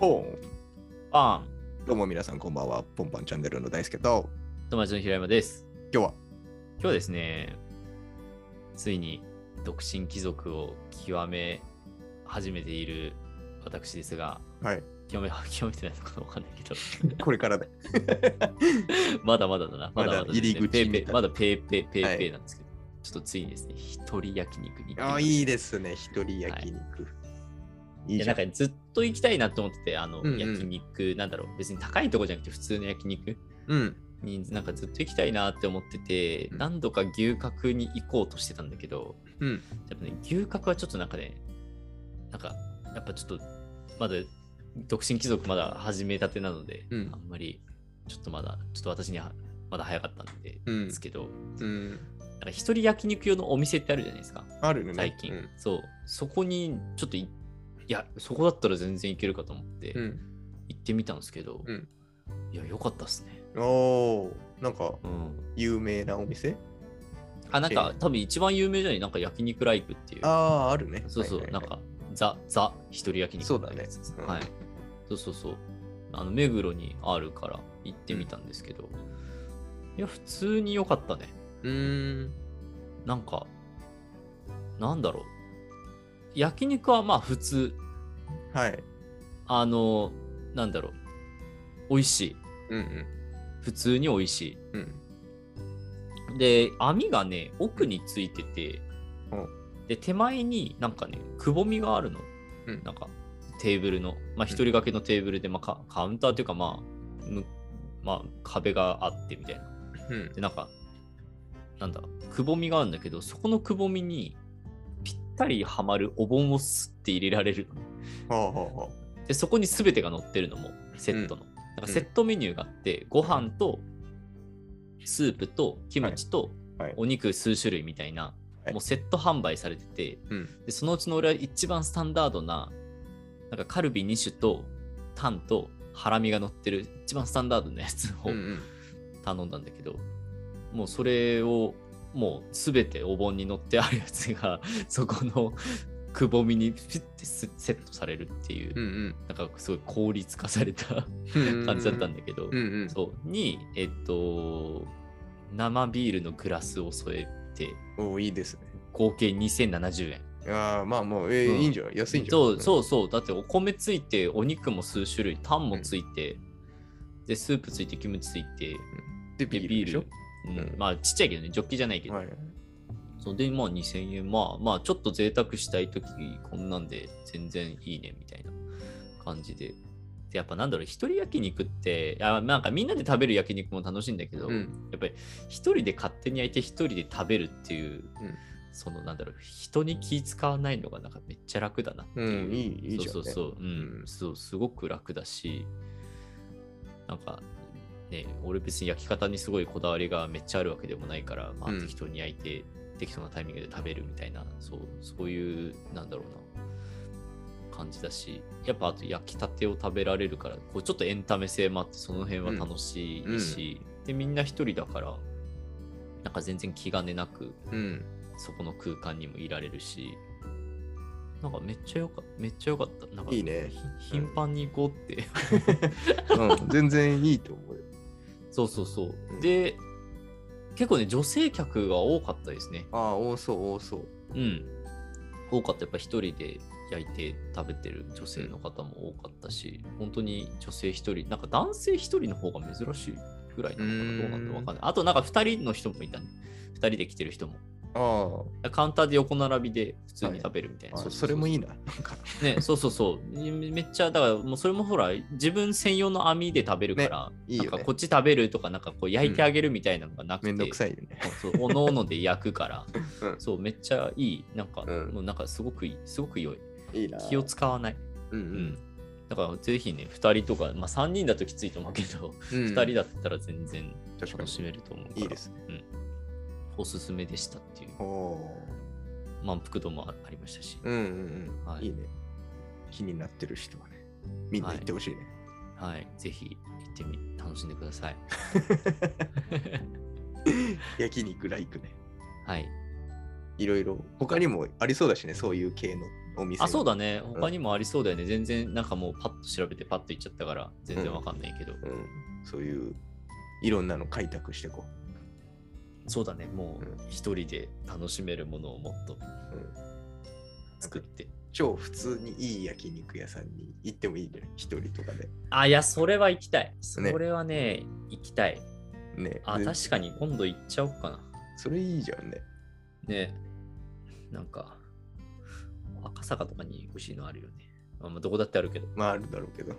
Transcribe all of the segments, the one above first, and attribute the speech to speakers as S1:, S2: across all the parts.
S1: ポン。
S2: パン、
S1: どうも皆さんこんばんは。ポンパンチャンネルの大輔と、
S2: 友達の平山です。
S1: 今日は、
S2: 今日はですね、ついに独身貴族を極め始めている私ですが、
S1: はい、
S2: 極め、 極めてないのかなわかんないけど、
S1: これからで、
S2: まだまだだな、まだまだ
S1: まだ
S2: ですね、
S1: 入り口
S2: ペーペ
S1: みた
S2: ー
S1: い
S2: まだペーペーペーペ
S1: は
S2: ーなんですけど、ちょっとついにですね、一人焼肉に行ってきました
S1: ああ、いいですね。一人焼肉。い、い
S2: いや
S1: じゃ。
S2: なんんかずっと行きたいなと思ってて、あの、
S1: うんうん
S2: 焼肉、なんだろう、別に高いとこじゃなくて普通の焼肉
S1: うん。
S2: になんかずっと行きたいなって思ってて、
S1: うん
S2: 何度か牛角に行こうとしてたんだけど、
S1: うん。
S2: やっぱね、牛角はちょっとなんかね、なんか、やっぱちょっと、まだ、独身貴族まだ始めたてなので、
S1: うん
S2: あんまり、ちょっとまだ、ちょっと私には、まだ早かったんで、
S1: うん
S2: ですけど、
S1: うん。
S2: なんか一人焼肉用のお店ってあるじゃないですか、
S1: あるね。
S2: 最近。
S1: うん
S2: そう、そこに、ちょっとい、いや、そこだったら全然いけるかと思って、
S1: うん。
S2: 行ってみたんですけど、
S1: うん
S2: いや、良かったっすね。
S1: おー、なんか、
S2: うん。
S1: 有名なお店
S2: あ、なん
S1: え
S2: か、多分一番有名じゃない、なんか焼肉ライクっていう。
S1: ああー、あるね。
S2: そうそう、
S1: はい
S2: な
S1: は
S2: ん
S1: いはい
S2: か、ザ、ザ、一人焼肉
S1: そうだね
S2: みたいなやつです
S1: うん
S2: はい。そうそうそう。あの、目黒にあるから行ってみたんですけど、いや、普通に良かったね。
S1: うーん。
S2: なんか、なんだろう。焼肉はまあ普通、
S1: はい。
S2: あの、なんだろう。美味しい。
S1: うん
S2: 普通に美味し
S1: うん。うん。
S2: い。で、網がね、奥についてて
S1: う、
S2: で、手前になんかね、くぼみがあるの。
S1: うん
S2: なんかテーブルの、まあ、一人掛けのテーブルで、まあ、カカウンターというか、まあむまあ、壁があってみたいな。
S1: うん。
S2: で、なんか、なんだ、くぼみがあるんだけど、そこのくぼみにぴったりはまるお盆をすって入れられるの。
S1: はあはあは
S2: で、そこに全てが乗ってるのも、セットの。なんかセットメニューがあって、ご飯とスープとキムチと
S1: はいはい
S2: お肉数種類みたいな、
S1: はい
S2: もうセット販売されてて、
S1: あ。うん。
S2: でそのうちの俺は一番スタンダードななんかカルビ2種とタンとハラミが乗ってる一番スタンダードなやつ
S1: う
S2: を
S1: んうん。
S2: 頼んだんだけど、もうそれをもうすべてお盆に乗ってあるやつがそこのくぼみにピッてセセットされるっていう、
S1: うんうん。
S2: なんかすごい効率化された 感
S1: 感
S2: じだったんだけ
S1: う
S2: ど、
S1: んうん。
S2: そうにえっと生ビールのグラスを添えて
S1: おーいいですね。
S2: 合計2070円
S1: ああ、まあもう、えー
S2: うん
S1: いいんじゃない安いんじゃない
S2: そうそうそうだってお米ついてお肉も数種類タンもついて、でスープついてキムチついて
S1: うん。で、
S2: で
S1: ビール
S2: ビ
S1: で
S2: ー
S1: しょ
S2: ルうん
S1: うん
S2: まあちっちゃいけどねジョッキじゃないけど、
S1: はい。
S2: そうでまあ2000円まあまあちょっと贅沢したい時こんなんで全然いいねみたいな感じででやっぱなんだろう一人焼肉ってあなんかみんなで食べる焼肉も楽しいんだけど、
S1: うん。
S2: やっぱり一人で勝手に焼いて一人で食べるっていう、
S1: うん
S2: そのなんだろう人に気使わないのがなんかめっちゃ楽だなっていう、
S1: うんいいいいじゃんね
S2: そうそうそう,、うん
S1: うん
S2: そうすごく楽だしなんかね俺別に焼き方にすごいこだわりがめっちゃあるわけでもないから、まあ、
S1: うん
S2: 適当に焼いて、適当なタイミングで食べるみたいなそうそういうなんだろうな感じだしやっぱあと焼きたてを食べられるからこうちょっとエンタメ性もあってその辺は楽しいし、でみんな一人だからなんか全然気兼ねなく
S1: うん。
S2: そこの空間にもいられるしなんかめっちゃよかめっちゃよかったなんか
S1: いいね
S2: ひ頻繁に行こうって、
S1: うん、全然いいと思うよ。
S2: そうそうそう、
S1: うん
S2: で結構ね女性客が多かったですね
S1: ああ、多そう、多そう。
S2: うん、多かったやっぱ一人で焼いて食べてる女性の方も多かったし、本当に女性一人なんか男性一人の方が珍しいぐらいなのかなどうなんだろうわかんないあとなんか二人の人もいたね二人で来てる人も
S1: あ
S2: カウンターで横並びで普通に食べるみたい
S1: あ
S2: な、
S1: あ、それもい
S2: い
S1: いな。なんか、
S2: ねそうそうそうめめっちゃだからもうそれもほら自分専用の網で食べるから、
S1: いいよね
S2: なんかこっち食べるとかなんかこう焼いてあげるみたいなのがなくて、
S1: めんどくさいよね。
S2: そうおのおので焼くから、
S1: うん
S2: そうめっちゃいいなんか、
S1: うん
S2: もうなんかすごくいいすごく良い
S1: いいな
S2: 気を使わない、
S1: うん
S2: うんだからぜひね2人とか、まあ、3人だときついと思うけど、
S1: うん。
S2: 2人だったら全然
S1: 確か
S2: 楽
S1: に
S2: しめると思うから
S1: いいですね。
S2: おすすめでしたっていう
S1: おお
S2: 満腹度もあありましたし、
S1: ー。うんうんうん。
S2: はい
S1: い、いね。気になってる人はね。みんな行ってほしいね。
S2: はい、ぜひ行ってみ楽しんでくだ さい
S1: 焼肉ライクね。
S2: はい
S1: いろいろ。他にもありそうだしね、そういう系のお店
S2: あ、そう
S1: だ、
S2: だね。他にもありそうだよね。全然、なんかもうパッと調べてパッと行っちゃったから、全然わかんないけど。
S1: うん、そういういろんなの開拓していこ
S2: そうだね。もう
S1: う
S2: 一人で楽しめるものをもっと
S1: う、うん、
S2: 作って。
S1: 超普通にいい焼肉屋さんに行ってもいいね一人とかで
S2: あ、いや、それは行きたい。それはね、行きたい。
S1: ね
S2: あ、
S1: で
S2: 確かに今度行っちゃおうかな。
S1: それいいじゃんね
S2: ねなんか、赤坂とかに美味しいのあるよね。あまあ、どこだってあるけど。
S1: まああるだろうけど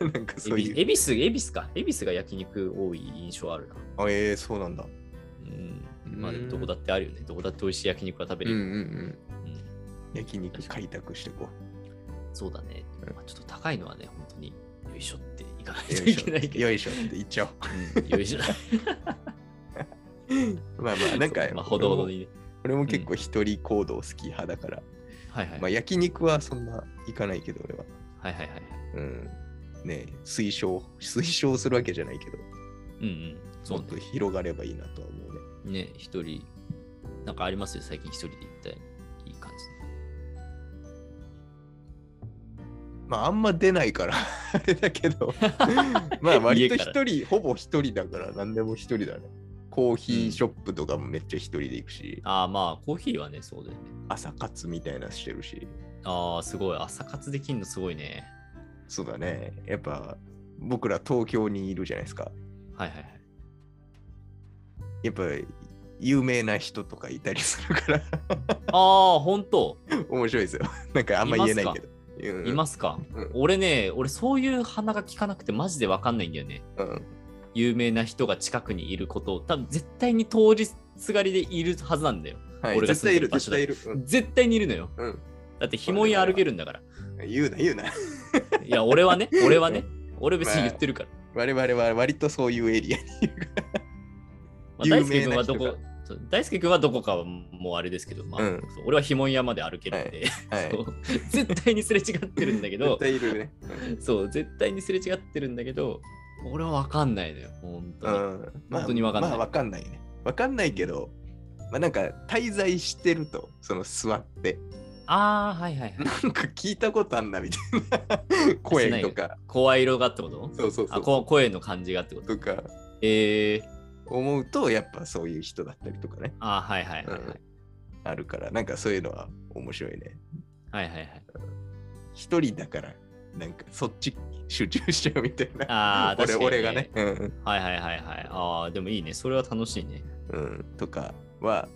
S2: う ん
S1: なんかそう
S2: 恵比
S1: いう
S2: 恵比寿、恵比寿か。恵比寿が焼肉多い印象あるな。
S1: あえー、そうなんだ
S2: うん。
S1: うん
S2: まあ、でもどこだってあるよね。どこだって美味しい焼肉は食べ
S1: うん
S2: れ
S1: う
S2: る。
S1: ん
S2: うん
S1: うん焼肉開拓していこ
S2: そうだね。まあ、ちょっと高いのはね、本当に、よいしょって行かないうといけないけど。
S1: よいしょよいしょって言っちゃお
S2: うんよいしょ。
S1: うまあまあ なんか
S2: まあ、ほどほどにね。
S1: 俺も結構一人行動好き派だから、
S2: はいはい。
S1: まあ焼肉はそんな行かないけど俺は
S2: はいはいはい。
S1: うんね推奨推奨するわけじゃないけど
S2: うんうん。そ
S1: も
S2: う
S1: っ
S2: ね
S1: と広がればいいなとは思うね
S2: ね、一人、なんかありますよ、最近一人で行ったいい感じ。
S1: まああんま出ないから あれだけ どまあ割と
S2: 家から
S1: 一人ほぼ一人だから何でも一人だねコーヒーショップとかもめっちゃ一人で行くし、
S2: ああ、まあ、コーヒーはね、そうだよね。
S1: 朝活みたいなしてるし
S2: ああ、すごい。朝活できんのすごいね。
S1: そうだねやっぱ僕ら東京にいるじゃないですか
S2: はいはいはい。
S1: やっぱ有名な人とかいたりするから
S2: ああ、本当
S1: 面白いですよ なんかあんま言えないけどうん
S2: いますか、
S1: うん
S2: 俺ね、俺そういう鼻が効かなくてマジでわかんないんだよね。
S1: うん
S2: 有名な人が近くにいることを、多分絶対に通りすがりでいるはずなんだよ。
S1: はい、
S2: 俺が
S1: 絶対いる
S2: 住んでる場
S1: 絶
S2: 所だ
S1: 対いる、
S2: 絶対にいるのよ。
S1: うんうん
S2: だって紐に歩けるんだから。
S1: 言うな言うな
S2: いや、俺はね、俺はね、俺別に言ってるから。
S1: 我々は割とそういうエリアにいるから
S2: まあ、
S1: 有
S2: 大輔
S1: 名
S2: 君
S1: な
S2: は
S1: 人
S2: ど
S1: が
S2: こ、そう大輔君はどこかはもうあれですけど、まあ、
S1: うん
S2: そう俺は紐屋まで歩けるんで、
S1: はい
S2: そう絶対にすれ違ってるんだけ
S1: 絶
S2: ど、
S1: 対いるね、 うん
S2: そう、絶対にすれ違ってるんだけど、俺はわかんないのよ、本当
S1: う
S2: に。
S1: んまあ
S2: 本当にわかんない
S1: まあわかんないね。わかんないけど、まあなんか滞在してると、その座って、
S2: ああ、はいはいはい。
S1: なんか聞いたことあんなみたいな声とか、
S2: 声色がってこと
S1: そうそうそ
S2: あ
S1: う
S2: こ声の感じがってこと
S1: とか
S2: ええ
S1: 思うと、やっぱそういう人だったりとかね、
S2: あーはいはいはい、はい
S1: うんあるから、なんかそういうのは面白いね。
S2: はいはいはい。
S1: 一人だから、なんかそっち集中しちゃうみたいな。
S2: ああ、確
S1: 俺
S2: かに、
S1: 俺がね、。うん
S2: はいはいはいはい。ああ、でもいいね。それは楽しいね。
S1: うん、とかは、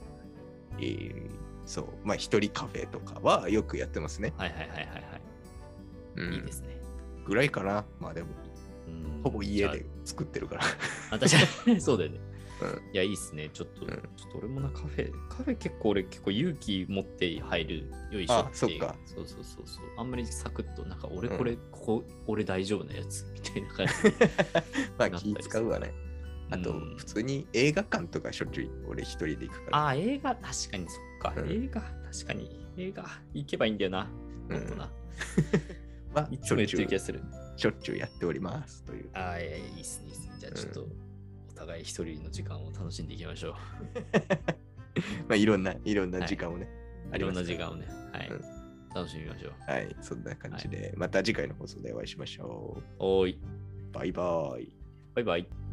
S1: えーそう、まあ一人カフェとかはよくやってますね。
S2: はいはいはいはいはい。
S1: うん
S2: いいですね。
S1: ぐらいかな。まあでも、
S2: うん
S1: ほぼ家で。作ってるから。
S2: あ確かにそうだよね。
S1: うん
S2: いや、いいっすね。ちょっ
S1: う
S2: と、
S1: ん
S2: ちょっと俺もな、カフェ、カフェ結構俺、結構勇気持って入るよいしょ
S1: あ
S2: て
S1: そっか
S2: そうそうそうそう。あんまりサクッと、なんか俺、
S1: うん
S2: これ、ここ、俺大丈夫なやつみたいな感じ。
S1: まあ気使うわね。 あと
S2: うん、
S1: 普通に映画館とかしょっちゅう俺一人で行くから。
S2: ああ、映画、確かにそっか。
S1: うん
S2: 映画、確かに。映画、行けばいいんだよな。
S1: うん
S2: もっとな。
S1: まあ
S2: い
S1: し
S2: つ
S1: ょ
S2: も
S1: っ
S2: 言っ
S1: ち
S2: て
S1: ゅ
S2: る
S1: う
S2: 気がする。
S1: しょっちゅうやっております。という。
S2: ああ、いやいや、いいっすね。いいっすねじゃあ、ちょっと、お互い一人の時間を楽しんでいきましょう。
S1: まあいろんな、いろんな時間をね。あ
S2: い
S1: り
S2: ろ
S1: ま
S2: ん
S1: す
S2: な時間をね、はい、
S1: うん
S2: 楽しみましょう。
S1: はい、そんな感じで、また次回の放送でお会いしましょ
S2: おーい、
S1: う。バイバイ。
S2: バイバイ。